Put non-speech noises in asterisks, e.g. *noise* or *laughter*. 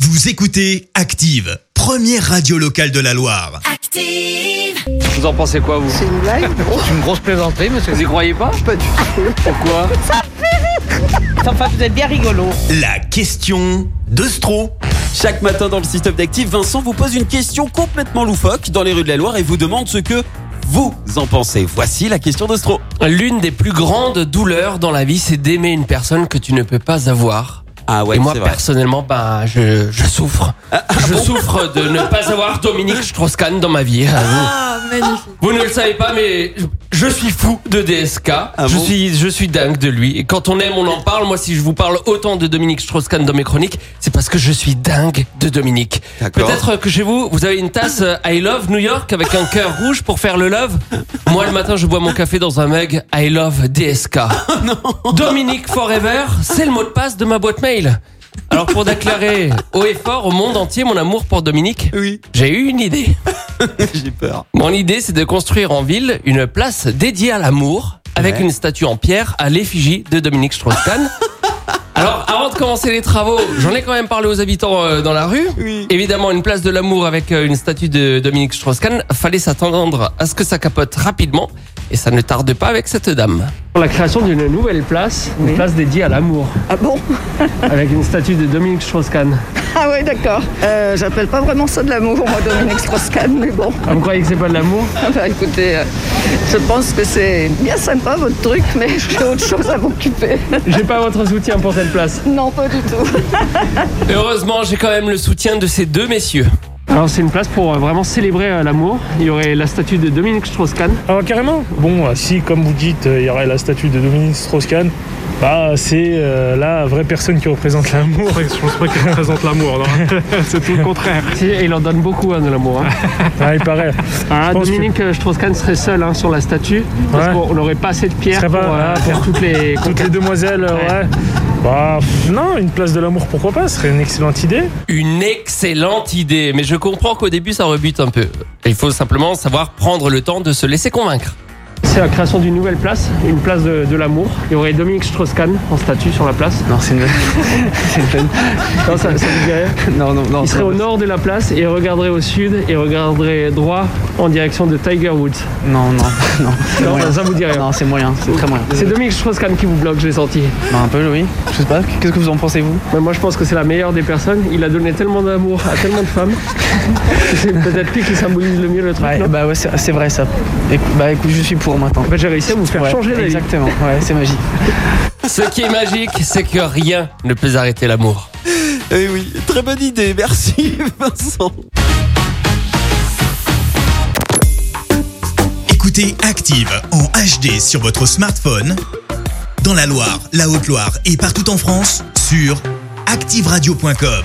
Vous écoutez Active, première radio locale de la Loire. Active! Vous en pensez quoi, vous C'est *laughs* une blague gros C'est une grosse plaisanterie, monsieur. Vous y croyez pas Pas du tout. Pourquoi Enfin, vous êtes bien rigolo. La question de Stro. Chaque matin dans le système d'actifs, Vincent vous pose une question complètement loufoque dans les rues de la Loire et vous demande ce que vous en pensez. Voici la question d'Ostro. L'une des plus grandes douleurs dans la vie, c'est d'aimer une personne que tu ne peux pas avoir. Ah ouais, Et moi, c'est vrai. Ah, personnellement, bah, je, je souffre. je souffre de ne pas avoir Dominique Strauss-Kahn dans ma vie. Vous ne le savez pas, mais je- je suis fou de DSK. je, Ah bon suis, je suis dingue de lui. Et quand on aime, on en parle. Moi, si je vous parle autant de Dominique Strauss-Kahn dans mes chroniques, c'est parce que je suis dingue de Dominique. D'accord. Peut-être que chez vous, vous avez une tasse euh, I Love New York avec un cœur rouge pour faire le love. Moi, le matin, je bois mon café dans un mug I *laughs* Love DSK. Oh, Dominique Forever, c'est le mot de passe de ma boîte mail. Alors pour déclarer haut et fort au monde entier mon amour pour Dominique, Oui, j'ai eu une idée. *laughs* j'ai peur. Mon idée, c'est de construire en ville une place dédiée à l'amour avec Ouais. une statue en pierre à l'effigie de Dominique Strauss-Kahn. Alors, avant de commencer les travaux, j'en ai quand même parlé aux habitants euh, dans la rue. Oui. Évidemment, une place de l'amour avec euh, une statue de Dominique Strauss-Kahn, fallait s'attendre à ce que ça capote rapidement et ça ne tarde pas avec cette dame. pour la création d'une nouvelle place, une Oui. place dédiée à l'amour, Ah bon *laughs* avec une statue de Dominique Strauss-Kahn. Ah ouais, d'accord. Euh, J'appelle pas vraiment ça de l'amour, moi, Dominique Strauss-Kahn, mais bon. *laughs* Ah, vous croyez que c'est pas de l'amour Ah bah, écoutez, euh, je pense que c'est bien sympa, votre truc, mais *laughs* j'ai autre chose à m'occuper. J'ai pas votre soutien pour cette place. Non, pas du tout. Heureusement, j'ai quand même le soutien de ces deux messieurs. Alors c'est une place pour euh, vraiment célébrer euh, l'amour. Il y aurait la statue de Dominique Strauss-Kahn. Ah, carrément Bon, euh, si, comme vous dites, euh, il y aurait la statue de Dominique Strauss-Kahn, bah, c'est euh, la vraie personne qui représente *laughs* l'amour, et je pense pas qu'elle représente l'amour, non *laughs* C'est tout le contraire. Si, et il en donne beaucoup hein, de l'amour. hein. Ah, il paraît. Ah, *laughs* Je pense que- Dominique euh, Strauss-Kahn serait seul hein, sur la statue parce Ouais. qu'on n'aurait pas assez de pierres Ce serait pour pas- euh, faire toutes les. Toutes les demoiselles, euh, ouais. Bah, pff, non, une place de l'amour, pourquoi pas Ce serait une excellente idée. Une excellente idée, mais je comprends qu'au début ça rebute un peu. Il faut simplement savoir prendre le temps de se laisser convaincre. C'est la création d'une nouvelle place, une place de, de l'amour. Il y aurait Dominique Strauss-Kahn en statue sur la place. Non, c'est une *laughs* Non, ça, ça vous dit rien *laughs* Non, non, non. Il serait au nord de la place et regarderait au sud et regarderait droit en direction de Tiger Woods. Non, *laughs* non, non. Non, ça vous dit rien. Non, c'est moyen, c'est très moyen. C'est Dominique Strauss-Kahn qui vous bloque, j'ai senti. Non, un peu, oui. Je sais pas, qu'est-ce que vous en pensez, vous Mais moi, je pense que c'est la meilleure des personnes. Il a donné tellement d'amour à tellement de *laughs* femmes. C'est peut-être lui qui symbolise le mieux le truc. Ouais, non bah ouais, c'est c'est vrai ça. Écou- bah écoute, je suis pour maintenant. En fait, j'ai réussi à vous faire Ouais, changer d'avis. Exactement, ouais, c'est magique. Ce qui est magique, c'est que rien ne peut arrêter l'amour. Eh oui, très bonne idée, merci Vincent. Écoutez Active en HD sur votre smartphone, dans la Loire, la Haute-Loire et partout en France, sur activeradio.com.